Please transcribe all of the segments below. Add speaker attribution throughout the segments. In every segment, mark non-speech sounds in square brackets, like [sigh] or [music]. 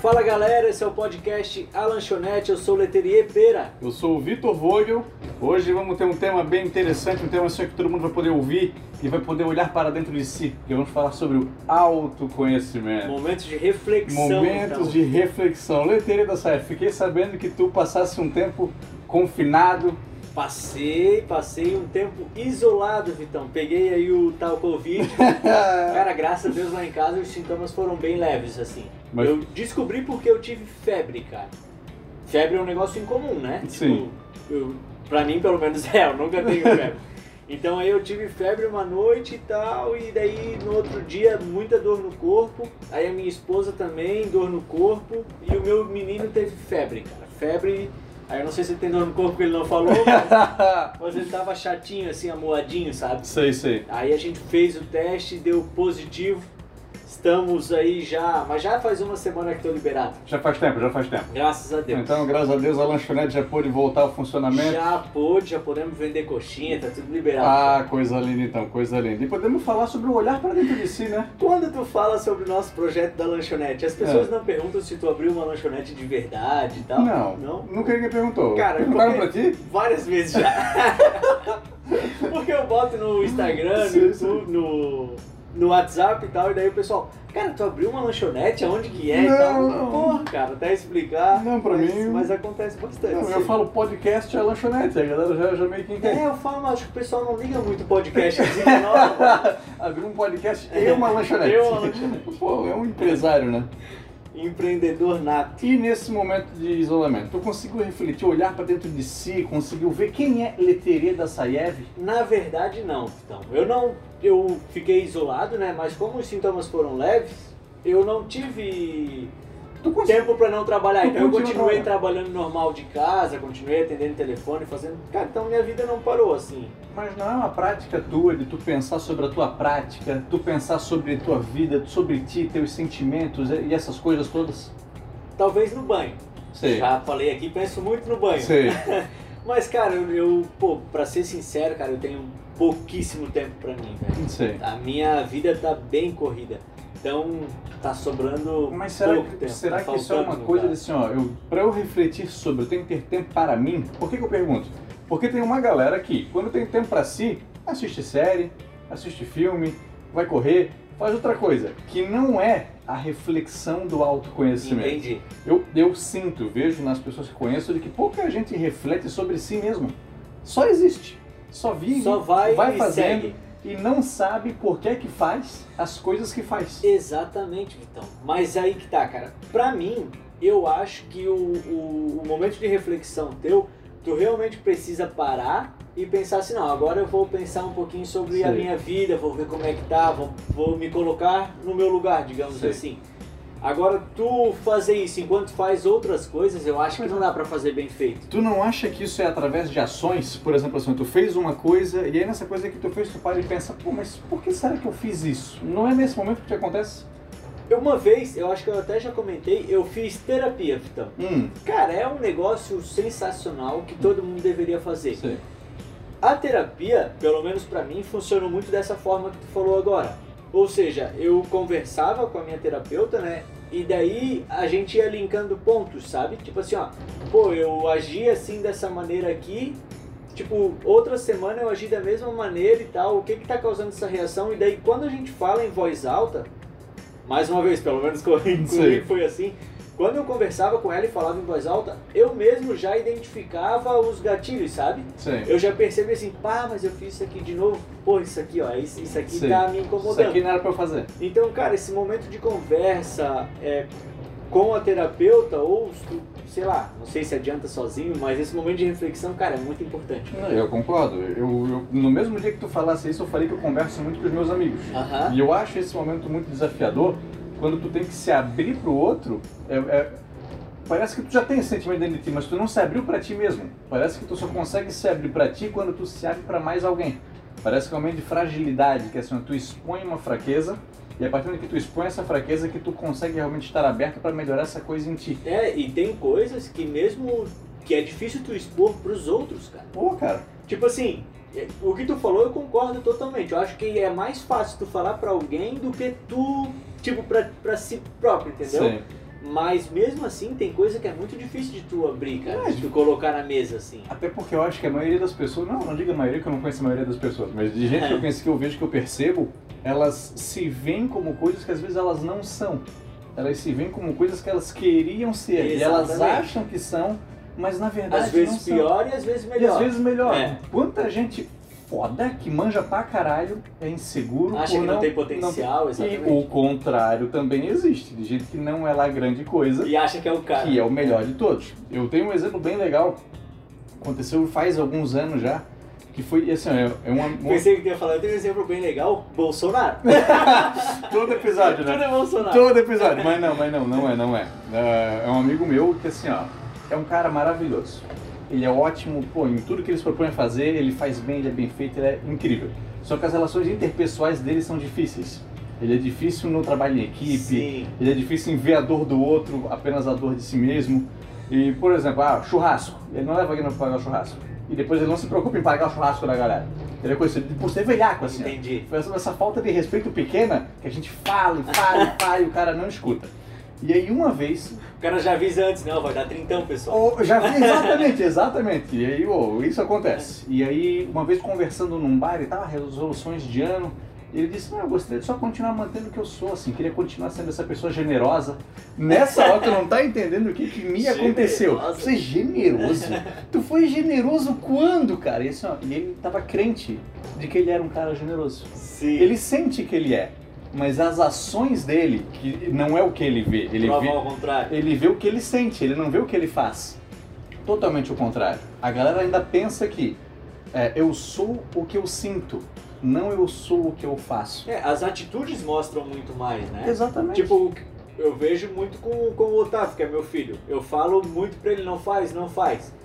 Speaker 1: Fala galera, esse é o podcast A Lanchonete, eu sou o Leterier Pera.
Speaker 2: Eu sou o Vitor Vogel. Hoje vamos ter um tema bem interessante, um tema assim que todo mundo vai poder ouvir e vai poder olhar para dentro de si. E vamos falar sobre o autoconhecimento.
Speaker 1: Momentos de reflexão.
Speaker 2: Momentos
Speaker 1: então.
Speaker 2: de reflexão. Leiteira da Saia, fiquei sabendo que tu passasse um tempo confinado. [laughs]
Speaker 1: Passei, passei um tempo isolado, Vitão. Peguei aí o tal Covid. Cara, graças a Deus lá em casa os sintomas foram bem leves, assim.
Speaker 2: Mas-
Speaker 1: Eu descobri porque eu tive febre, cara. Febre é um negócio incomum, né?
Speaker 2: Sim.
Speaker 1: Tipo, eu, pra mim, pelo menos, [laughs] é, eu nunca
Speaker 2: [laughs]
Speaker 1: tenho febre. Então aí eu tive febre uma noite e tal, e daí no outro dia muita dor no corpo, aí a minha esposa também, dor no corpo, e o meu menino teve febre, cara. Febre, aí eu não sei se ele tem dor no corpo que ele não falou, mas [laughs] ele tava chatinho assim, amoadinho, sabe?
Speaker 2: sei, sei.
Speaker 1: Aí a gente fez o teste, deu positivo. Estamos aí já, mas já faz uma semana que tô liberado.
Speaker 2: Já faz tempo, já faz tempo.
Speaker 1: Graças a Deus.
Speaker 2: Então, graças a Deus, a lanchonete já pôde voltar ao funcionamento.
Speaker 1: já pôde, já podemos vender coxinha, tá tudo liberado.
Speaker 2: Ah, coisa linda então, coisa linda. E podemos falar sobre o olhar para dentro de si, né?
Speaker 1: Quando tu fala sobre o nosso projeto da lanchonete, as pessoas
Speaker 2: É.
Speaker 1: não perguntam se tu abriu uma lanchonete de verdade e tal.
Speaker 2: Não,
Speaker 1: Não?
Speaker 2: nunca ninguém perguntou.
Speaker 1: Cara,
Speaker 2: Perguntaram
Speaker 1: porque-
Speaker 2: pra ti?
Speaker 1: [laughs] Várias vezes já. [laughs] Porque eu boto no Instagram, no
Speaker 2: Sim,
Speaker 1: YouTube, no, no WhatsApp e tal, e daí o pessoal, cara, tu abriu uma lanchonete, aonde que é e
Speaker 2: Não,
Speaker 1: tal.
Speaker 2: não.
Speaker 1: Porra, cara, até explicar.
Speaker 2: Não, pra
Speaker 1: mas,
Speaker 2: mim-
Speaker 1: Mas acontece bastante.
Speaker 2: Não, eu
Speaker 1: sim.
Speaker 2: falo podcast é lanchonete, a galera já, já meio que entende.
Speaker 1: [laughs] É, eu falo, mas acho que o pessoal não liga muito o podcast, assim, [laughs] dizem, nossa,
Speaker 2: Abriu um podcast e uma lanchonete.
Speaker 1: Eu, É uma lanchonete.
Speaker 2: Pô, é um empresário, né?
Speaker 1: empreendedor nato.
Speaker 2: E nesse momento de isolamento, tu conseguiu refletir, olhar pra dentro de si, conseguiu ver quem é Leteria da Saiev?
Speaker 1: Na verdade, não, então. Eu não. Eu fiquei isolado, né? Mas como os sintomas foram leves, eu não tive
Speaker 2: Tu conseguiu.
Speaker 1: tempo pra não trabalhar.
Speaker 2: Tu
Speaker 1: Então eu
Speaker 2: continua
Speaker 1: continuei
Speaker 2: trabalhando.
Speaker 1: trabalhando normal de casa, continuei atendendo telefone, fazendo. Cara, então minha vida não parou assim.
Speaker 2: Mas não é uma prática tua de tu pensar sobre a tua prática, tu pensar sobre a tua vida, sobre ti, teus sentimentos e essas coisas todas?
Speaker 1: Talvez no banho.
Speaker 2: Sei.
Speaker 1: Já falei aqui, penso muito no banho.
Speaker 2: Sei.
Speaker 1: Mas, cara, eu, eu, pô, pra ser sincero, cara, eu tenho pouquíssimo tempo pra mim, velho.
Speaker 2: Sei.
Speaker 1: A minha vida tá bem corrida. Então, tá sobrando
Speaker 2: Mas será,
Speaker 1: pouco
Speaker 2: que,
Speaker 1: tempo.
Speaker 2: será
Speaker 1: tá
Speaker 2: que isso é
Speaker 1: faltando,
Speaker 2: uma coisa
Speaker 1: cara.
Speaker 2: assim, ó, eu, pra eu refletir sobre, eu tenho que ter tempo para mim? Por que, que eu pergunto? Porque tem uma galera que, quando tem tempo para si, assiste série, assiste filme, vai correr, faz outra coisa, que não é a reflexão do autoconhecimento.
Speaker 1: Entendi.
Speaker 2: Eu, eu sinto, vejo nas pessoas que conheço, de que pouca gente reflete sobre si mesmo. Só existe. Só vive,
Speaker 1: Só vai, e
Speaker 2: fazendo
Speaker 1: segue.
Speaker 2: e não sabe por que que faz as coisas que faz.
Speaker 1: Exatamente, Vitão. Mas aí que tá, cara. Pra mim, eu acho que o, o, o momento de reflexão teu, tu realmente precisa parar e pensar assim, não, agora eu vou pensar um pouquinho sobre a
Speaker 2: Sei.
Speaker 1: minha vida, vou ver como é que tá, vou, vou me colocar no meu lugar, digamos
Speaker 2: Sei.
Speaker 1: assim. Agora, tu fazer isso enquanto faz outras coisas, eu acho que
Speaker 2: Pois
Speaker 1: não dá pra fazer bem feito.
Speaker 2: Tu não acha que isso é através de ações? Por exemplo, assim, tu fez uma coisa e aí nessa coisa que tu fez, tu para e pensa, pô, mas por que será que eu fiz isso? Não é nesse momento que te acontece?
Speaker 1: Eu, uma vez, eu acho que eu até já comentei, eu fiz terapia, Vitão.
Speaker 2: Hum,
Speaker 1: Cara, é um negócio sensacional que todo mundo deveria fazer.
Speaker 2: sei.
Speaker 1: A terapia, pelo menos pra mim, funcionou muito dessa forma que tu falou agora. Ou seja, eu conversava com a minha terapeuta, né? E daí a gente ia linkando pontos, sabe? Tipo assim, ó, pô, eu agi assim dessa maneira aqui, tipo, outra semana eu agi da mesma maneira e tal, o que que tá causando essa reação? E daí quando a gente fala em voz alta, mais uma vez, pelo menos [laughs] com-
Speaker 2: Sim.
Speaker 1: comigo foi assim, quando eu conversava com ela e falava em voz alta, eu mesmo já identificava os gatilhos, sabe?
Speaker 2: Sei.
Speaker 1: Eu já percebi assim, pá, mas eu fiz isso aqui de novo. Pô, isso aqui, ó, isso, isso aqui
Speaker 2: Sim.
Speaker 1: tá me
Speaker 2: Isso
Speaker 1: incomodando.
Speaker 2: aqui não era pra eu fazer.
Speaker 1: Então, cara, esse momento de conversa é, com a terapeuta ou, sei lá, não sei se adianta sozinho, mas esse momento de reflexão, cara, é muito importante.
Speaker 2: Não, Eu concordo. Eu, eu- no mesmo dia que tu falasse isso, eu falei que eu converso muito com os meus amigos.
Speaker 1: Aham.
Speaker 2: E eu acho esse momento muito desafiador, quando tu tem que se abrir pro outro, é- é- parece que tu já tem esse sentimento dentro de ti, mas tu não se abriu pra ti mesmo. Parece que tu só consegue se abrir pra ti quando tu se abre pra mais alguém. Parece que é um momento de fragilidade, que é assim, tu expõe uma fraqueza, e a partir do que tu expõe essa fraqueza, é que tu consegue realmente estar aberto pra melhorar essa coisa em ti.
Speaker 1: É, e tem coisas que mesmo que é difícil tu expor pros outros, cara.
Speaker 2: Pô, cara,
Speaker 1: Tipo assim, É, O que tu falou eu concordo totalmente. Eu acho que é mais fácil tu falar pra alguém do que tu, tipo, pra, pra si próprio, entendeu?
Speaker 2: Sim.
Speaker 1: Mas mesmo assim, tem coisa que é muito difícil de tu abrir, cara. de tu colocar na mesa, assim.
Speaker 2: Até porque eu acho que a maioria das pessoas, não, não diga a maioria que eu não conheço a maioria das pessoas, mas de gente que
Speaker 1: É.
Speaker 2: eu conheço, que eu vejo, que eu percebo, elas se veem como coisas que às vezes elas não são. Elas se veem como coisas que elas queriam ser e elas
Speaker 1: Exatamente.
Speaker 2: acham que são, mas na verdade
Speaker 1: Às vezes
Speaker 2: não são.
Speaker 1: pior e às vezes
Speaker 2: E às
Speaker 1: melhor.
Speaker 2: vezes melhor.
Speaker 1: É.
Speaker 2: Quanta gente foda que manja pra caralho, é inseguro
Speaker 1: Acha
Speaker 2: por
Speaker 1: que não, tem potencial,
Speaker 2: E
Speaker 1: exatamente.
Speaker 2: o contrário também existe, de gente que não é lá grande coisa
Speaker 1: E acha que é o cara.
Speaker 2: que é o melhor de todos. Eu tenho um exemplo bem legal, aconteceu faz alguns anos já, que foi assim, ó, é, é uma
Speaker 1: Pensei que tu ia falar, eu tenho um exemplo bem legal, Bolsonaro. [laughs]
Speaker 2: todo episódio,
Speaker 1: Tudo
Speaker 2: É né?
Speaker 1: é Bolsonaro.
Speaker 2: Todo episódio, mas não, mas não, não é, não é. É é um amigo meu que assim, ó, é um cara maravilhoso. Ele é ótimo, pô, em tudo que ele se propõe a fazer, ele faz bem, ele é bem feito, ele é incrível. Só que as relações interpessoais dele são difíceis. Ele é difícil no trabalho em equipe,
Speaker 1: Sim.
Speaker 2: Ele é difícil em ver a dor do outro, apenas a dor de si mesmo. E, por exemplo, ah, churrasco. Ele não leva alguém pra pagar o churrasco. E depois ele não se preocupa em pagar o churrasco da galera. Ele é conhecido por ser velhaco, assim. ó.
Speaker 1: Entendi.
Speaker 2: Foi essa, essa falta de respeito pequena que a gente fala e fala e fala e o cara não escuta. E aí uma vez,
Speaker 1: O cara já avisa antes, não, vai dar trintão, pessoal.
Speaker 2: Oh, já vi, exatamente, exatamente. E aí, ô, isso acontece. E aí, uma vez conversando num bar e tal, resoluções de ano, ele disse, não, eu gostaria de só continuar mantendo o que eu sou, assim, queria continuar sendo essa pessoa generosa. Nessa hora, tu não tá entendendo o que que me aconteceu.
Speaker 1: Generosa.
Speaker 2: Você é generoso? Tu foi generoso quando, cara? E, assim, ó, e ele tava crente de que ele era um cara generoso.
Speaker 1: Sim.
Speaker 2: Ele sente que ele é, mas as ações dele, que não é o que ele vê, ele
Speaker 1: Prova
Speaker 2: vê...
Speaker 1: ao contrário.
Speaker 2: Ele vê o que ele sente, ele não vê o que ele faz. Totalmente o contrário. A galera ainda pensa que é, eu sou o que eu sinto, não eu sou o que eu faço.
Speaker 1: É, as atitudes mostram muito mais, né?
Speaker 2: Exatamente.
Speaker 1: Tipo, eu vejo muito com, com o Otávio, que é meu filho. Eu falo muito pra ele, não faz, não faz.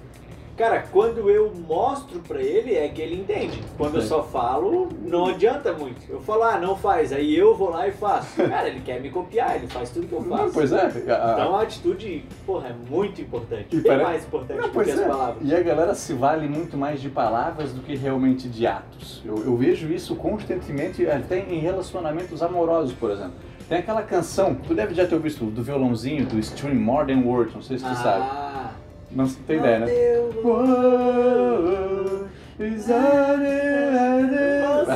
Speaker 1: Cara, quando eu mostro pra ele, é que ele entende. Quando eu
Speaker 2: Sim.
Speaker 1: só falo, não adianta muito. Eu falo, ah, não faz, aí eu vou lá e
Speaker 2: [laughs]
Speaker 1: faço. Cara, ele quer me copiar, ele faz tudo que eu
Speaker 2: não,
Speaker 1: faço.
Speaker 2: pois é. a- a-
Speaker 1: Então a atitude, porra, é muito importante.
Speaker 2: E
Speaker 1: Bem
Speaker 2: pare-
Speaker 1: mais importante
Speaker 2: Não,
Speaker 1: do que
Speaker 2: pois
Speaker 1: as
Speaker 2: é.
Speaker 1: palavras.
Speaker 2: E a galera se vale muito mais de palavras do que realmente de atos. Eu, eu vejo isso constantemente, até em relacionamentos amorosos, por exemplo. Tem aquela canção, tu deve já ter ouvido, do violãozinho, do Stream More Than Words, não sei se tu sabe.
Speaker 1: Ah,
Speaker 2: Não tem ideia, né? Essa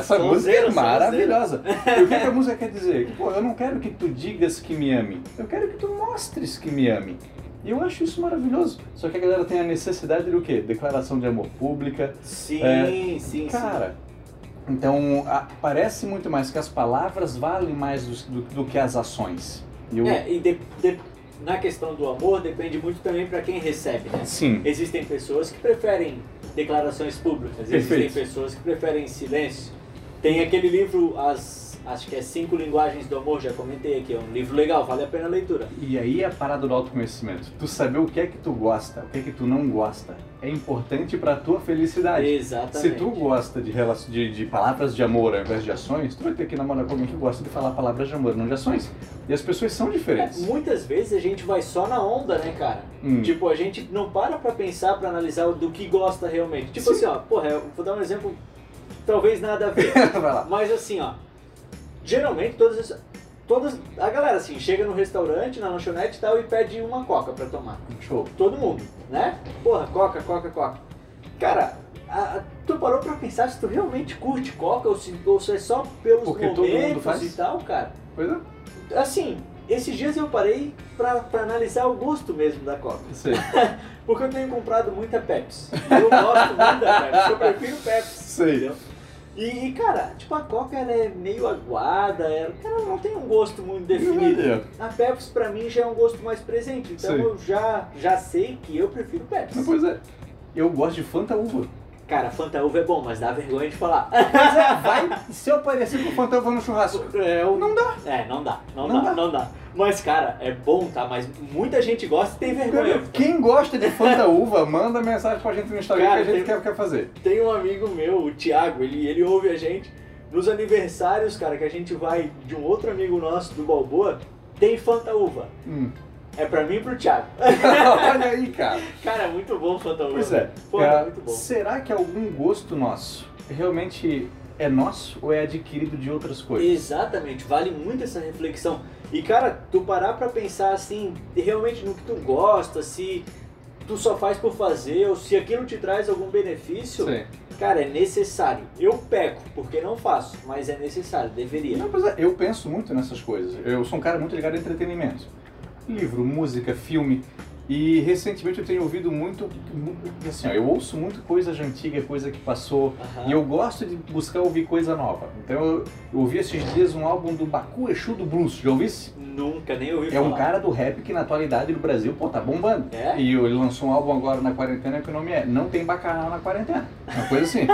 Speaker 1: Sonzeira,
Speaker 2: música é
Speaker 1: sonzeira.
Speaker 2: maravilhosa. E o que, que a música quer dizer? Que, pô, eu não quero que tu digas que me ame, eu quero que tu mostres que me ame. E eu acho isso maravilhoso. Só que a galera tem a necessidade do quê? Declaração de amor pública.
Speaker 1: Sim, sim, sim.
Speaker 2: É. Cara, então a- parece muito mais que as palavras valem mais do, do- do que as ações. E eu-
Speaker 1: É, e de- de- na questão do amor, depende muito também pra quem recebe, né?
Speaker 2: Sim,
Speaker 1: Existem pessoas que preferem declarações públicas,
Speaker 2: Perfeito.
Speaker 1: existem pessoas que preferem silêncio. Tem aquele livro, as, acho que é Cinco Linguagens do Amor, já comentei aqui, é um livro legal, vale a pena a leitura.
Speaker 2: E aí é a parada do autoconhecimento. Tu saber o que é que tu gosta, o que é que tu não gosta, é importante pra tua felicidade.
Speaker 1: Exatamente.
Speaker 2: Ah, Se tu gosta de, rela- de, de palavras de amor ao invés de ações, tu vai ter que namorar com alguém que gosta de falar palavras de amor, não de ações. E as pessoas são
Speaker 1: É,
Speaker 2: diferentes.
Speaker 1: Muitas vezes a gente vai só na onda, né, cara?
Speaker 2: Hum. [laughs]
Speaker 1: Tipo, a gente não para pra pensar, pra analisar o- do que gosta realmente. Tipo assim,
Speaker 2: Sim.
Speaker 1: ó, porra, eu vou dar um exemplo, talvez nada a ver.
Speaker 2: vai lá.
Speaker 1: Mas assim, ó, geralmente todas as- todas a galera assim chega no restaurante, na lanchonete e tal e pede uma coca pra tomar.
Speaker 2: Show.
Speaker 1: Todo mundo, né? Porra, coca, coca, coca. Cara, a- a- tu parou pra pensar se tu realmente curte coca ou se, ou se é só pelos
Speaker 2: Porque todo mundo
Speaker 1: momentos
Speaker 2: faz.
Speaker 1: e tal, cara?
Speaker 2: Pois é.
Speaker 1: Assim, esses dias eu parei pra, pra analisar o gosto mesmo da coca.
Speaker 2: Isso aí.
Speaker 1: Porque eu tenho comprado muita Pepsi. Eu gosto muito da Pepsi. Eu prefiro Pepsi.
Speaker 2: Sei.
Speaker 1: entendeu? E, e, cara, tipo, a Coca ela é meio aguada, ela, ela não tem um gosto muito [laughs] definido. A Pepsi pra mim já é um gosto mais presente, então
Speaker 2: Sei.
Speaker 1: eu já, já sei que eu prefiro
Speaker 2: Mas,
Speaker 1: Pepsi.
Speaker 2: Pois é. Eu gosto de Fanta Uva.
Speaker 1: Cara, Fanta Uva é bom, mas dá vergonha de falar.
Speaker 2: Pois é, vai. Se eu aparecer com Fanta Uva no churrasco,
Speaker 1: É, eu-
Speaker 2: não dá.
Speaker 1: é, não dá, não,
Speaker 2: Não
Speaker 1: dá,
Speaker 2: dá.
Speaker 1: não dá. Mas, cara, é bom, tá? Mas muita gente gosta e tem vergonha.
Speaker 2: Quem gosta de Fanta Uva, manda mensagem pra gente no Instagram
Speaker 1: Cara,
Speaker 2: que a gente
Speaker 1: tem-
Speaker 2: quer, quer fazer.
Speaker 1: Tem um amigo meu, o Thiago, ele, ele ouve a gente. Nos aniversários, cara, que a gente vai de um outro amigo nosso do Balboa, tem Fanta Uva.
Speaker 2: Hum.
Speaker 1: É pra mim e pro Thiago.
Speaker 2: [laughs] Olha aí, cara.
Speaker 1: Cara, é muito bom o Fanta Uva.
Speaker 2: Pois é.
Speaker 1: Pô,
Speaker 2: É,
Speaker 1: é muito bom.
Speaker 2: Será que algum gosto nosso realmente é nosso ou é adquirido de outras coisas?
Speaker 1: Exatamente, vale muito essa reflexão. E cara, tu parar pra pensar assim, realmente no que tu gosta, se tu só faz por fazer ou se aquilo te traz algum benefício,
Speaker 2: Sim.
Speaker 1: cara, é necessário. Eu peco, porque não faço, mas é necessário, deveria.
Speaker 2: Não, mas eu penso muito nessas coisas. Eu sou um cara muito ligado a entretenimento. Livro, música, filme. E recentemente eu tenho ouvido muito. mu- Assim, ó, eu ouço muito coisa antiga, coisa que passou.
Speaker 1: Aham.
Speaker 2: E eu gosto de buscar ouvir coisa nova. Então eu, eu ouvi esses dias um álbum do Baku Exu do Blues. Já ouvisse?
Speaker 1: Nunca nem ouvi
Speaker 2: É um
Speaker 1: falar.
Speaker 2: cara do rap que na atualidade no Brasil, pô, tá bombando.
Speaker 1: É?
Speaker 2: E ele lançou um álbum agora na quarentena que o nome é Não Tem Bacanal na Quarentena. Uma
Speaker 1: [laughs]
Speaker 2: coisa assim.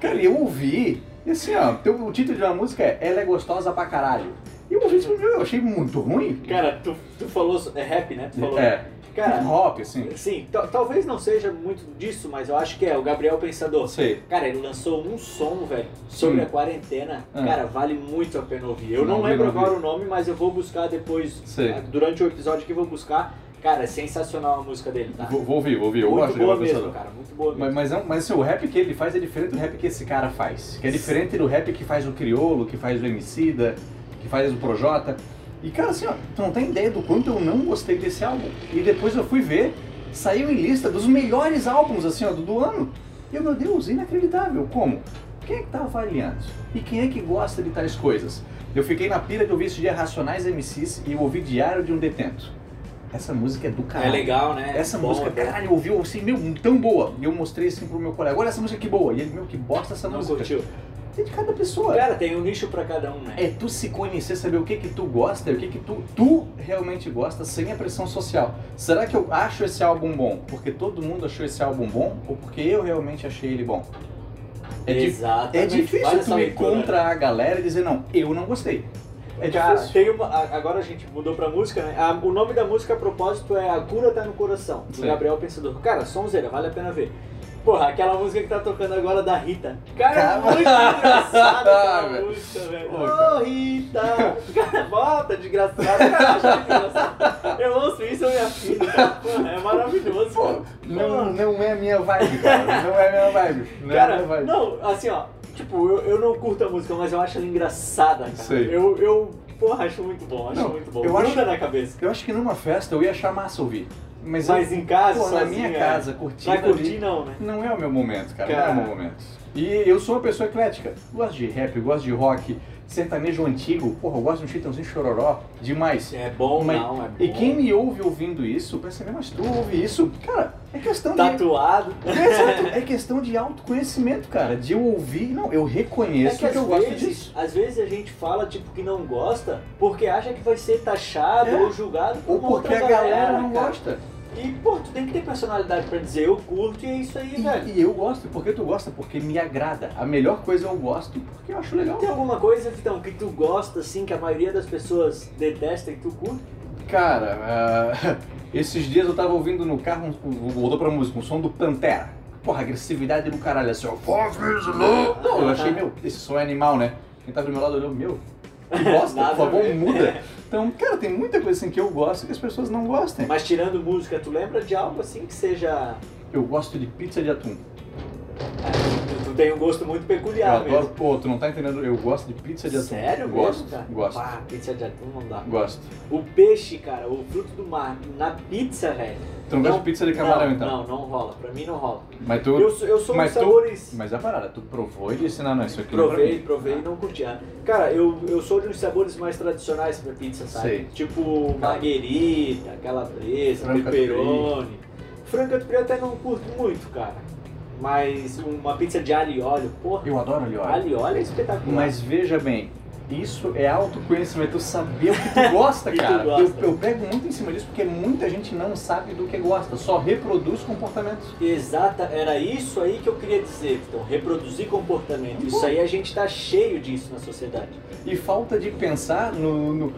Speaker 2: Cara, eu ouvi, e assim, ó, teu- o título de uma múca é Ela é Gostosa pra Caralho. E eu ouvi isso, meu, eu achei muito ruim.
Speaker 1: Cara, tu, tu falou. É rap, né? Tu falou.
Speaker 2: É,
Speaker 1: Cara,
Speaker 2: hip hop, assim.
Speaker 1: sim, ta- talvez não seja muito disso, mas eu acho que é. O Gabriel Pensador.
Speaker 2: sei.
Speaker 1: Cara, ele lançou um som, velho, sobre
Speaker 2: Sim.
Speaker 1: a quarentena.
Speaker 2: Ah.
Speaker 1: Cara, vale muito a pena ouvir. Eu não,
Speaker 2: Não,
Speaker 1: lembro
Speaker 2: não vi.
Speaker 1: agora o nome, mas eu vou buscar depois.
Speaker 2: Sei.
Speaker 1: ah, Durante o episódio que eu vou buscar. Cara, é sensacional a música dele, tá?
Speaker 2: Vou, vou ouvir, vou ouvir. Eu
Speaker 1: muito
Speaker 2: gosto de
Speaker 1: boa
Speaker 2: Gabriel
Speaker 1: mesmo,
Speaker 2: Pensador.
Speaker 1: cara. Muito boa mesmo.
Speaker 2: Mas, mas, é um- mas assim, o rap que ele faz é diferente do rap que esse cara faz. Que é diferente do rap que faz o Criolo, que faz o Emicida, que faz o Projota. E cara, assim, ó, tu não tem ideia do quanto eu não gostei desse álbum. E depois eu fui ver, saiu em lista dos melhores álbuns, assim, ó, do, do ano. E eu, meu Deus, inacreditável. Como? Quem é que tá avaliando? E quem é que gosta de tais coisas? Eu fiquei na pira de ouvir esse dia Racionais MCs e eu ouvi Diário de um Detento. Essa música é do
Speaker 1: É
Speaker 2: caralho.
Speaker 1: legal, né?
Speaker 2: Essa
Speaker 1: Bom,
Speaker 2: música,
Speaker 1: né?
Speaker 2: caralho, eu ouvi eu assim, meu, tão boa. E eu mostrei assim pro meu colega, olha essa música que boa. E ele, meu, que bosta essa
Speaker 1: Não
Speaker 2: música.
Speaker 1: curtiu.
Speaker 2: É de cada pessoa.
Speaker 1: Cara, tem um nicho pra cada um, né?
Speaker 2: É tu se conhecer, saber o que que tu gosta, e o que que tu, tu realmente gosta, sem a pressão social. Será que eu acho esse álbum bom porque todo mundo achou esse álbum bom ou porque eu realmente achei ele bom? É, di-
Speaker 1: Exatamente.
Speaker 2: é
Speaker 1: Vale
Speaker 2: difícil
Speaker 1: essa
Speaker 2: tu ir
Speaker 1: leitura, né?
Speaker 2: contra a galera e dizer, não, eu não gostei. É
Speaker 1: Cara,
Speaker 2: difícil.
Speaker 1: tem uma, a- agora a gente mudou pra música, né? A- o nome da música a propósito é A Cura Tá no Coração, do
Speaker 2: Sim.
Speaker 1: Gabriel Pensador. Cara, sonzeira, vale a pena ver. Porra, aquela música que tá tocando agora da Rita. Cara, é
Speaker 2: Cara.
Speaker 1: muito
Speaker 2: [laughs]
Speaker 1: engraçada
Speaker 2: Ah,
Speaker 1: aquela
Speaker 2: velho.
Speaker 1: música, velho.
Speaker 2: Pô,
Speaker 1: Ô,
Speaker 2: cara.
Speaker 1: Rita! Cara, volta, desgraçado. Cara, eu acho engraçado. eu ouço isso, eu me afino, cara. Porra, é maravilhoso.
Speaker 2: Pô,
Speaker 1: cara.
Speaker 2: não, não é a minha vibe, cara. Não é a minha vibe. Não é a minha
Speaker 1: Cara,
Speaker 2: vibe.
Speaker 1: não, assim, ó, tipo, eu, eu não curto a música, mas eu acho ela engraçada, cara.
Speaker 2: Sei.
Speaker 1: Eu, eu, porra, acho muito bom, acho
Speaker 2: Não,
Speaker 1: muito bom.
Speaker 2: eu
Speaker 1: Gruda
Speaker 2: acho-
Speaker 1: na cabeça.
Speaker 2: Eu acho que numa festa eu ia achar massa ouvir. Mas,
Speaker 1: Mas
Speaker 2: eu,
Speaker 1: em casa,
Speaker 2: pô, na
Speaker 1: sozinho,
Speaker 2: minha
Speaker 1: é.
Speaker 2: casa, curtindo
Speaker 1: Vai curtir,
Speaker 2: Tipo ali,
Speaker 1: não, né?
Speaker 2: não é o meu momento, cara,
Speaker 1: Cara.
Speaker 2: Não é o meu momento. E eu sou uma pessoa eclética. Gosto de rap, gosto de rock, sertanejo antigo. Porra, eu gosto de um chitãozinho chororó demais.
Speaker 1: É bom,
Speaker 2: Mas-
Speaker 1: não, é bom.
Speaker 2: E quem me ouve ouvindo isso, pensa, mas tu ouve isso? Cara, é questão
Speaker 1: Tá
Speaker 2: de...
Speaker 1: Tatuado.
Speaker 2: Exato, é questão de autoconhecimento, cara. De eu ouvir... Não, eu reconheço que,
Speaker 1: É às
Speaker 2: eu gosto
Speaker 1: vezes,
Speaker 2: disso.
Speaker 1: Às vezes a gente fala, tipo, que não gosta porque acha que vai ser taxado
Speaker 2: É.
Speaker 1: ou julgado por
Speaker 2: Ou
Speaker 1: uma
Speaker 2: porque a
Speaker 1: outra
Speaker 2: galera, não
Speaker 1: cara.
Speaker 2: gosta.
Speaker 1: E, pô, tu tem que ter personalidade pra dizer eu curto e é isso aí, velho.
Speaker 2: E, e eu gosto, porque tu gosta, porque me agrada. A melhor coisa eu gosto porque eu acho legal.
Speaker 1: Tem alguma coisa, Vitão, que tu gosta, assim, que a maioria das pessoas detesta e tu curte?
Speaker 2: Cara, ah, [laughs] esses dias eu tava ouvindo no carro, um- um- voltou pra música, um som do Pantera. Porra, agressividade do caralho, assim, ó. "Fuck is love". Não, eu achei, meu, esse som é animal, né? Quem tá do meu lado olhou, meu, que
Speaker 1: [laughs]
Speaker 2: bosta,
Speaker 1: Nada
Speaker 2: por favor,
Speaker 1: a ver.
Speaker 2: muda. Então, cara, tem muita coisa assim que eu gosto que as pessoas não gostem.
Speaker 1: Mas tirando música, tu lembra de algo assim que seja.
Speaker 2: Eu gosto de pizza de atum.
Speaker 1: Tu, tu tem um gosto muito
Speaker 2: Eu
Speaker 1: peculiar
Speaker 2: adoro, pô, tu não tá entendendo, eu gosto de pizza de
Speaker 1: mesmo.
Speaker 2: atum.
Speaker 1: Sério?
Speaker 2: Gosto,
Speaker 1: mesmo, cara?
Speaker 2: gosto,
Speaker 1: Pá, pizza de atum não dá.
Speaker 2: gosto.
Speaker 1: O peixe, cara, o fruto do mar, na pizza, velho.
Speaker 2: Tu não, gosta de pizza de camarão,
Speaker 1: não,
Speaker 2: então?
Speaker 1: Não, não rola. Pra mim não rola.
Speaker 2: Mas tu...
Speaker 1: Eu, sou- eu sou um
Speaker 2: mas tu-
Speaker 1: sabores.
Speaker 2: Mas a parada, tu provou e disse, não, não, isso aqui não é pra
Speaker 1: Provei,
Speaker 2: mim.
Speaker 1: provei e não curti. ah. Cara, eu, eu sou de uns sabores mais tradicionais pra pizza, sabe?
Speaker 2: Sei.
Speaker 1: Tipo marguerita, calabresa,
Speaker 2: Franca
Speaker 1: pepperoni. Franca do Pré até não curto muito, cara. Mas uma pizza de alho e óleo, porra.
Speaker 2: Eu adoro alho e óleo.
Speaker 1: Alho e óleo é espetacular.
Speaker 2: Mas veja bem, isso é autoconhecimento, tu saber o que
Speaker 1: [laughs]
Speaker 2: tu gosta,
Speaker 1: E tu
Speaker 2: cara.
Speaker 1: gosta.
Speaker 2: Eu, eu pego muito em cima disso porque muita gente não sabe do que gosta, só reproduz comportamentos.
Speaker 1: Exata, era isso aí que eu queria dizer, Então, reproduzir comportamento. Isso aí a gente tá cheio disso na sociedade.
Speaker 2: E falta de pensar no, no-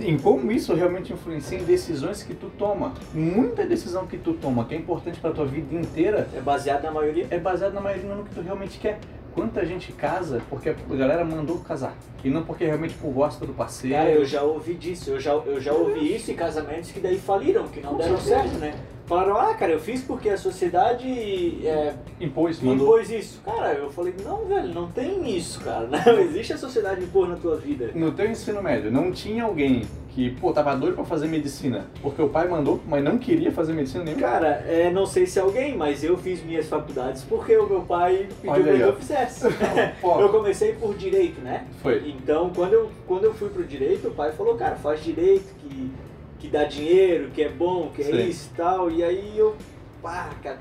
Speaker 2: em como isso realmente influencia em decisões que tu toma. Muita decisão que tu toma, que é importante pra tua vida inteira,
Speaker 1: É baseado na maioria.
Speaker 2: é baseada na maioria no que tu realmente quer. Quanta gente casa porque a galera mandou casar. E não porque realmente por gosta do parceiro.
Speaker 1: Cara, eu já ouvi disso, eu já, eu já ouvi isso em casamentos que daí faliram, que não
Speaker 2: Com
Speaker 1: deram
Speaker 2: certeza.
Speaker 1: certo, né? Falaram, ah, cara, eu fiz porque a sociedade é,
Speaker 2: Impôs, mandou.
Speaker 1: impôs isso. Cara, eu falei, não, velho, não tem isso, cara. [laughs] Não existe a sociedade impor na tua vida.
Speaker 2: No teu ensino médio, não tinha alguém que, pô, tava doido pra fazer medicina. Porque o pai mandou, mas não queria fazer medicina nenhuma. [laughs]
Speaker 1: Cara, é, não sei se alguém, mas eu fiz minhas faculdades porque o meu pai pediu
Speaker 2: Olha
Speaker 1: pra
Speaker 2: aí,
Speaker 1: que eu
Speaker 2: ó.
Speaker 1: fizesse.
Speaker 2: Pô,
Speaker 1: Eu comecei por direito, né?
Speaker 2: Foi.
Speaker 1: Então, quando eu, quando eu fui pro direito, o pai falou, cara, faz direito, que, que dá dinheiro, que é bom, que é
Speaker 2: Sim.
Speaker 1: isso e tal. E aí eu, pá, cara.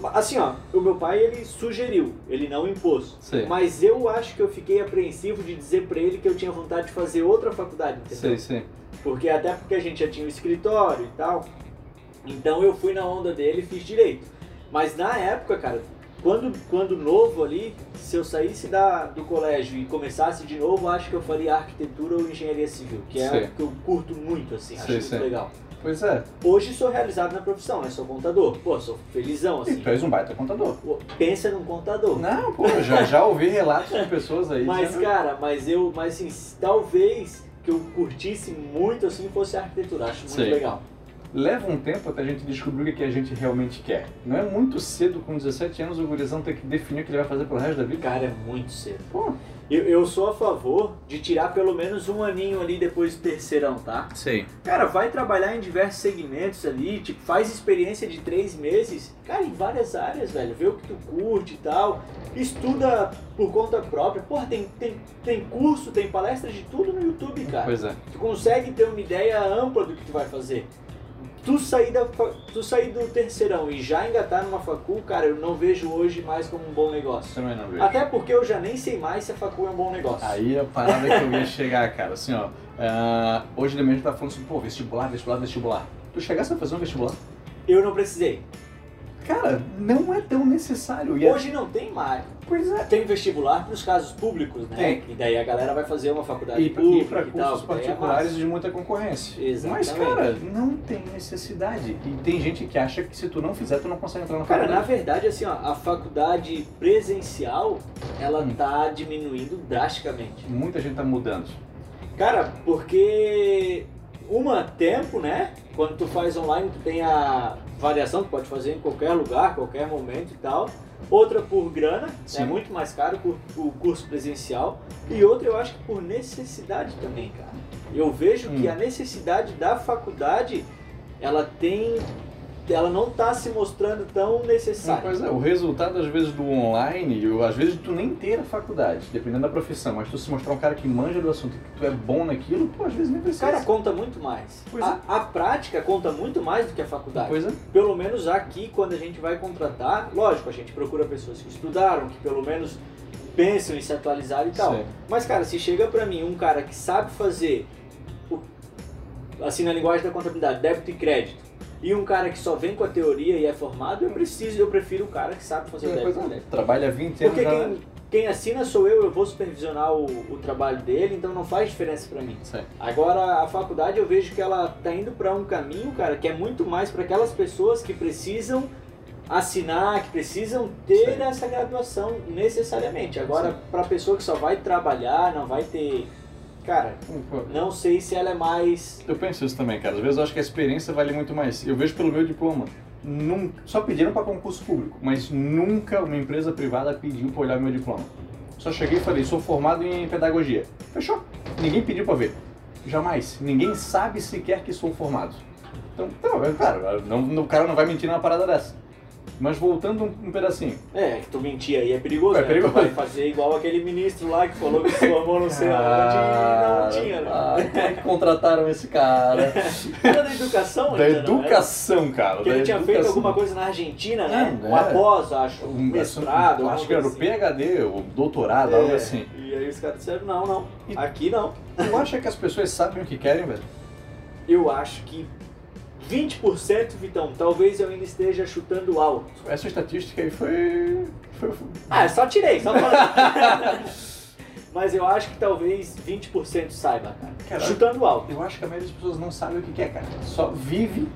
Speaker 1: Ma- Assim, ó, o meu pai, ele sugeriu, ele não impôs.
Speaker 2: Sei,
Speaker 1: Mas eu acho que eu fiquei apreensivo de dizer pra ele que eu tinha vontade de fazer outra faculdade, entendeu?
Speaker 2: sei, sei.
Speaker 1: Porque até porque a gente já tinha um escritório e tal. Então eu fui na onda dele e fiz direito. Mas na época, cara, quando, quando novo ali, se eu saísse da, do colégio e começasse de novo, acho que eu faria arquitetura ou engenharia civil, que é
Speaker 2: Sei.
Speaker 1: o que eu curto muito, assim, acho
Speaker 2: Sei,
Speaker 1: muito
Speaker 2: sei.
Speaker 1: legal.
Speaker 2: Pois é.
Speaker 1: Hoje sou realizado na profissão, né? Sou contador. Pô, sou felizão,
Speaker 2: E
Speaker 1: assim.
Speaker 2: tu és um baita contador.
Speaker 1: Pô, Pensa num contador.
Speaker 2: Não, pô, já, já ouvi relatos de pessoas aí
Speaker 1: Mas,
Speaker 2: dizendo...
Speaker 1: cara, mas eu, mas assim, talvez que eu curtisse muito, assim, fosse a arquitetura. Acho muito
Speaker 2: Sei.
Speaker 1: legal.
Speaker 2: Leva um tempo até a gente descobrir o que que a gente realmente quer. Não é muito cedo, com 17 anos, o gurizão ter que definir o que ele vai fazer pro resto da vida.
Speaker 1: Cara, é muito cedo.
Speaker 2: Pô,
Speaker 1: Eu, eu sou a favor de tirar pelo menos um aninho ali depois do terceirão, tá?
Speaker 2: sei.
Speaker 1: Cara, vai trabalhar em diversos segmentos ali, tipo, faz experiência de três meses, cara, em várias áreas, velho. Vê o que tu curte e tal. Estuda por conta própria. Porra, tem, tem, tem curso, tem palestras de tudo no YouTube, cara.
Speaker 2: Pois é.
Speaker 1: Tu consegue ter uma ideia ampla do que tu vai fazer. Tu sair, da, fa- tu sair do terceirão e já engatar numa facul, cara, eu não vejo hoje mais como um bom negócio.
Speaker 2: Também não vejo.
Speaker 1: Até porque eu já nem sei mais se a facul é um bom negócio.
Speaker 2: Aí a parada que eu ia chegar, cara, assim, ó. ah, hoje de manhã a gente tá falando assim, pô, vestibular, vestibular, vestibular. Tu chegasse a fazer um vestibular?
Speaker 1: Eu não precisei.
Speaker 2: Cara, não é tão necessário. E é-
Speaker 1: Hoje não tem mais.
Speaker 2: pois é.
Speaker 1: Tem vestibular para os casos públicos, né?
Speaker 2: Tem.
Speaker 1: E daí a galera vai fazer uma faculdade
Speaker 2: E, pra- e
Speaker 1: pública
Speaker 2: para
Speaker 1: e, tal.
Speaker 2: cursos
Speaker 1: que daí é
Speaker 2: particulares
Speaker 1: massa.
Speaker 2: de muita concorrência.
Speaker 1: Exatamente.
Speaker 2: Mas, cara, não tem necessidade. E tem gente que acha que se tu não fizer, tu não consegue entrar na
Speaker 1: Cara, na
Speaker 2: faculdade.
Speaker 1: verdade, assim, ó, a faculdade presencial, ela
Speaker 2: Hum.
Speaker 1: tá diminuindo drasticamente.
Speaker 2: Muita gente tá mudando.
Speaker 1: Cara, porque uma tempo, né? Quando tu faz online, tu tem a variação, tu pode fazer em qualquer lugar, qualquer momento e tal. Outra por grana,
Speaker 2: Sim.
Speaker 1: é muito mais caro por- o curso presencial. E outra eu acho que por necessidade também, cara. Eu vejo que
Speaker 2: Hum.
Speaker 1: a necessidade da faculdade, ela tem. Ela não tá se mostrando tão necessária.
Speaker 2: Pois é, o resultado às vezes do online, ou às vezes tu nem ter a faculdade, dependendo da profissão, mas tu se mostrar um cara que manja do assunto, que tu é bom naquilo, pô, às vezes nem precisa.
Speaker 1: Cara, conta muito mais.
Speaker 2: Pois é.
Speaker 1: A, a prática conta muito mais do que a faculdade.
Speaker 2: Pois é.
Speaker 1: pelo menos aqui, quando a gente vai contratar, lógico, a gente procura pessoas que estudaram, que pelo menos pensam em se atualizar e tal.
Speaker 2: Sei.
Speaker 1: Mas, cara, se chega pra mim um cara que sabe fazer, o- assim, na linguagem da contabilidade, débito e crédito, e um cara que só vem com a teoria e é formado, eu preciso, eu prefiro o cara que sabe fazer o
Speaker 2: É,
Speaker 1: débito
Speaker 2: pois
Speaker 1: e
Speaker 2: é.
Speaker 1: crédito.
Speaker 2: Trabalha 20 anos
Speaker 1: Porque
Speaker 2: já- né?
Speaker 1: quem, quem assina sou eu, eu vou supervisionar o, o trabalho dele, então não faz diferença pra mim.
Speaker 2: Sei.
Speaker 1: Agora, a faculdade eu vejo que ela tá indo para um caminho, cara, que é muito mais para aquelas pessoas que precisam assinar, que precisam ter
Speaker 2: Sim.
Speaker 1: essa graduação necessariamente. Agora,
Speaker 2: Sim.
Speaker 1: para pessoa que só vai trabalhar, não vai ter. Cara, não sei se ela é mais.
Speaker 2: Eu penso isso também, cara. Às vezes eu acho que a experiência vale muito mais. Eu vejo pelo meu diploma. Nunca, só pediram para concurso público, mas nunca uma empresa privada pediu para olhar meu diploma. Só cheguei e falei, sou formado em pedagogia. Fechou. Ninguém pediu para ver. Jamais. Ninguém sabe sequer que sou formado. Então, então é claro, não- não- o cara não vai mentir numa parada dessa. Mas voltando um, um pedacinho.
Speaker 1: É, que tu mentir aí é perigoso.
Speaker 2: É
Speaker 1: né?
Speaker 2: perigoso.
Speaker 1: Tu vai fazer igual aquele ministro lá que falou que se formou é um não sei aonde e não tinha.
Speaker 2: Ah,
Speaker 1: Né?
Speaker 2: como é que contrataram esse cara?
Speaker 1: Era da educação,
Speaker 2: da
Speaker 1: ainda, [laughs] não era?
Speaker 2: educação, cara.
Speaker 1: Porque
Speaker 2: da
Speaker 1: ele tinha feito
Speaker 2: educação.
Speaker 1: alguma coisa na Argentina, né?
Speaker 2: É,
Speaker 1: um
Speaker 2: é.
Speaker 1: após, acho, um
Speaker 2: Um
Speaker 1: mestrado, assim.
Speaker 2: assunto- acho que era o
Speaker 1: alguma coisa
Speaker 2: PhD, o doutorado,
Speaker 1: assim.
Speaker 2: algo
Speaker 1: É,
Speaker 2: assim.
Speaker 1: E aí os caras disseram, não, não,
Speaker 2: E-
Speaker 1: aqui não.
Speaker 2: Tu acha que as pessoas sabem o que querem, velho?
Speaker 1: Eu acho que 20%, Vitão, talvez eu ainda esteja chutando alto.
Speaker 2: Essa estatística aí foi. foi, foi-
Speaker 1: Ah, eu só tirei, só falei. [laughs] Mas eu acho que talvez 20% saiba, cara.
Speaker 2: Caralho.
Speaker 1: Chutando alto.
Speaker 2: Eu acho que a maioria das pessoas não sabe o que quer, cara. Só vive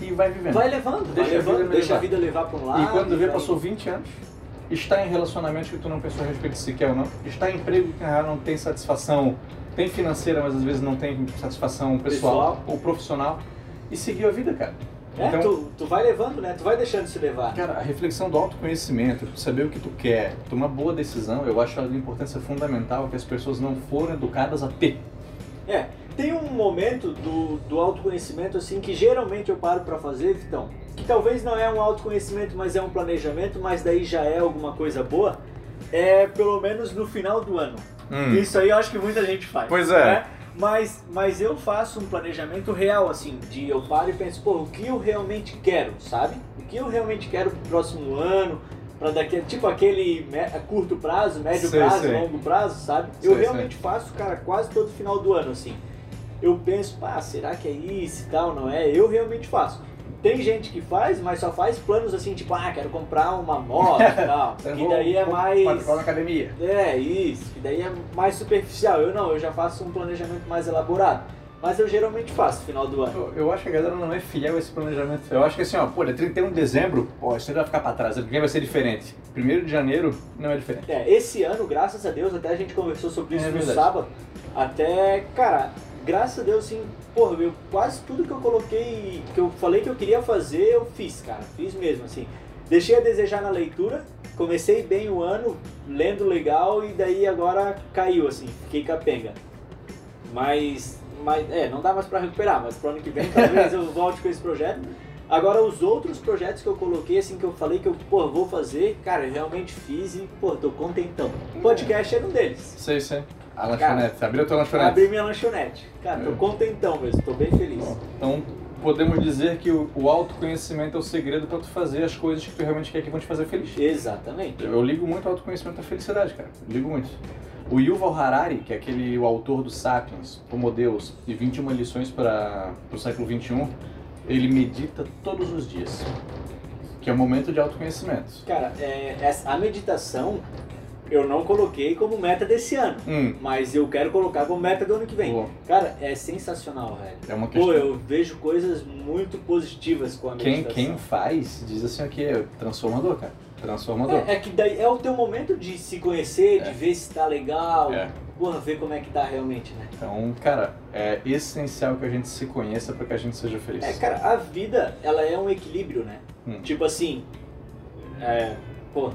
Speaker 2: e vai vivendo.
Speaker 1: Vai levando, vai
Speaker 2: Deixa a vida
Speaker 1: levando,
Speaker 2: me
Speaker 1: deixa a
Speaker 2: levar.
Speaker 1: vida levar pra um lado.
Speaker 2: e é. quando vê,
Speaker 1: vai-
Speaker 2: passou 20 anos. está em relacionamentos que tu não pensou a respeito de si, que é ou não, está em emprego que ah, não tem satisfação, tem financeira, mas às vezes não tem satisfação pessoal,
Speaker 1: Pessoal.
Speaker 2: ou profissional, e seguir a vida, cara. Então,
Speaker 1: É, tu, tu vai levando, né? Tu vai deixando se levar.
Speaker 2: Cara, a reflexão do autoconhecimento, tu saber o que tu quer, tomar boa decisão, eu acho ela de importância fundamental que as pessoas não foram educadas a ter.
Speaker 1: É, tem um momento do, do autoconhecimento assim que geralmente eu paro pra fazer, Vitão, que talvez não é um autoconhecimento, mas é um planejamento, mas daí já é alguma coisa boa. É pelo menos no final do ano.
Speaker 2: Hum.
Speaker 1: Isso aí eu acho que muita gente faz.
Speaker 2: Pois é.
Speaker 1: né? Mas, mas eu faço um planejamento real, assim, de eu paro e penso, pô, o que eu realmente quero, sabe? O que eu realmente quero pro próximo ano, pra daqui, tipo aquele me- a curto prazo, médio
Speaker 2: Sei,
Speaker 1: prazo,
Speaker 2: sei.
Speaker 1: longo prazo, sabe?
Speaker 2: Sei,
Speaker 1: eu
Speaker 2: sei.
Speaker 1: realmente faço, cara, quase todo final do ano, assim. Eu penso, pá, será que é isso e tal, não é? Eu realmente faço. Tem gente que faz, mas só faz planos assim, tipo, ah, quero comprar uma moto
Speaker 2: [laughs]
Speaker 1: e tal.
Speaker 2: Eu
Speaker 1: que
Speaker 2: vou-
Speaker 1: daí é
Speaker 2: vou
Speaker 1: mais.
Speaker 2: matricular na academia.
Speaker 1: É, isso. Que daí é mais superficial. Eu não, eu já faço um planejamento mais elaborado. Mas eu geralmente faço no final do ano.
Speaker 2: Eu, eu acho que a galera não é fiel a esse planejamento. Eu acho que assim, ó, pô, é 31 de dezembro, pô, isso aí vai ficar pra trás, porque vai ser diferente. 1 de janeiro não é diferente.
Speaker 1: É, esse ano, graças a Deus, até a gente conversou sobre isso
Speaker 2: É
Speaker 1: no
Speaker 2: verdade.
Speaker 1: sábado. Até, cara, graças a Deus, sim, porra, eu, quase tudo que eu coloquei, que eu falei que eu queria fazer, eu fiz, cara. Fiz mesmo, assim. Deixei a desejar na leitura, comecei bem o ano, lendo legal, e daí agora caiu, assim, fiquei capenga. Mas, mas é, não dá mais pra recuperar, mas pro ano que vem talvez eu volte com esse projeto. Agora, os outros projetos que eu coloquei, assim, que eu falei que eu, pô, vou fazer, cara, eu realmente fiz e, pô, tô contentão. Podcast era um deles.
Speaker 2: Sei, sei. A lanchonete, abriu a tua lanchonete.
Speaker 1: Abri minha lanchonete. Cara, tô
Speaker 2: É.
Speaker 1: contentão mesmo, tô bem feliz.
Speaker 2: Então, podemos dizer que o, o autoconhecimento é o segredo pra tu fazer as coisas que tu realmente quer que vão te fazer feliz.
Speaker 1: Exatamente.
Speaker 2: Eu ligo muito ao autoconhecimento à felicidade, cara. Ligo muito. O Yuval Harari, que é aquele o autor do Sapiens, Homo Deus e 21 lições para o século 21, ele medita todos os dias, que é o momento de autoconhecimento.
Speaker 1: Cara, é, essa, a meditação eu não coloquei como meta desse ano,
Speaker 2: Hum,
Speaker 1: mas eu quero colocar como meta do ano que vem.
Speaker 2: boa.
Speaker 1: Cara, é sensacional, velho.
Speaker 2: É uma
Speaker 1: Pô,
Speaker 2: questão.
Speaker 1: eu vejo coisas muito positivas com a
Speaker 2: Quem,
Speaker 1: meditação.
Speaker 2: quem faz diz assim aqui, é transformador, cara. Transformador.
Speaker 1: É, é que daí é o teu momento de se conhecer, de
Speaker 2: É.
Speaker 1: ver se tá legal,
Speaker 2: É.
Speaker 1: porra, ver como é que tá realmente, né?
Speaker 2: Então, cara, é essencial que a gente se conheça para que a gente seja feliz.
Speaker 1: É, cara, a vida, ela é um equilíbrio, né?
Speaker 2: Hum.
Speaker 1: Tipo assim, é, pô,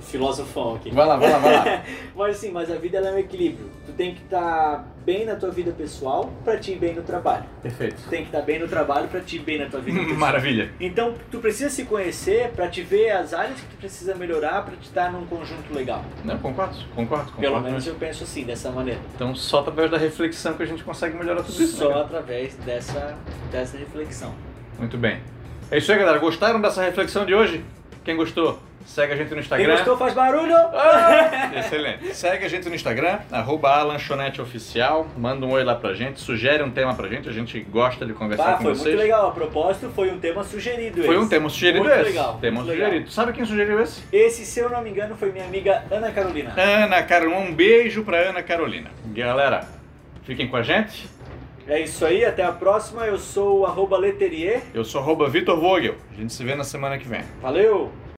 Speaker 1: filosofão aqui.
Speaker 2: Vai lá, vai lá, vai lá.
Speaker 1: [laughs] Mas assim, mas a vida ela é um equilíbrio. Tu tem que estar bem na tua vida pessoal pra te ir bem no trabalho.
Speaker 2: Perfeito.
Speaker 1: Tu tem que estar bem no trabalho pra te ir bem na tua
Speaker 2: [laughs]
Speaker 1: vida pessoal.
Speaker 2: Maravilha.
Speaker 1: Então, tu precisa se conhecer pra te ver as áreas que tu precisa melhorar pra te estar num conjunto legal.
Speaker 2: Não, concordo, concordo, concordo.
Speaker 1: Pelo menos eu penso assim, dessa maneira.
Speaker 2: Então, só através da reflexão que a gente consegue melhorar tudo isso.
Speaker 1: Só
Speaker 2: né, cara?
Speaker 1: através dessa, dessa reflexão.
Speaker 2: Muito bem. É isso aí, galera. Gostaram dessa reflexão de hoje? Quem gostou, segue a gente no
Speaker 1: Quem
Speaker 2: Instagram.
Speaker 1: gostou faz barulho!
Speaker 2: Ah, excelente. Segue a gente no Instagram, arroba a lanchonete oficial. Manda um oi lá pra gente, sugere um tema pra gente. A gente gosta de conversar
Speaker 1: Bah,
Speaker 2: com
Speaker 1: Ah, foi
Speaker 2: vocês.
Speaker 1: muito legal. A propósito, foi um tema sugerido
Speaker 2: Foi
Speaker 1: esse.
Speaker 2: um tema sugerido
Speaker 1: Muito
Speaker 2: esse.
Speaker 1: legal,
Speaker 2: Tema
Speaker 1: muito
Speaker 2: sugerido.
Speaker 1: legal.
Speaker 2: Sabe quem sugeriu esse?
Speaker 1: Esse, se eu não me engano, foi minha amiga Ana Carolina.
Speaker 2: Ana Carolina. Um beijo pra Ana Carolina. Galera, fiquem com a gente.
Speaker 1: É isso aí, até a próxima. Eu sou o arroba Leterier.
Speaker 2: Eu sou arroba Vitor Vogel. A gente se vê na semana que vem.
Speaker 1: Valeu!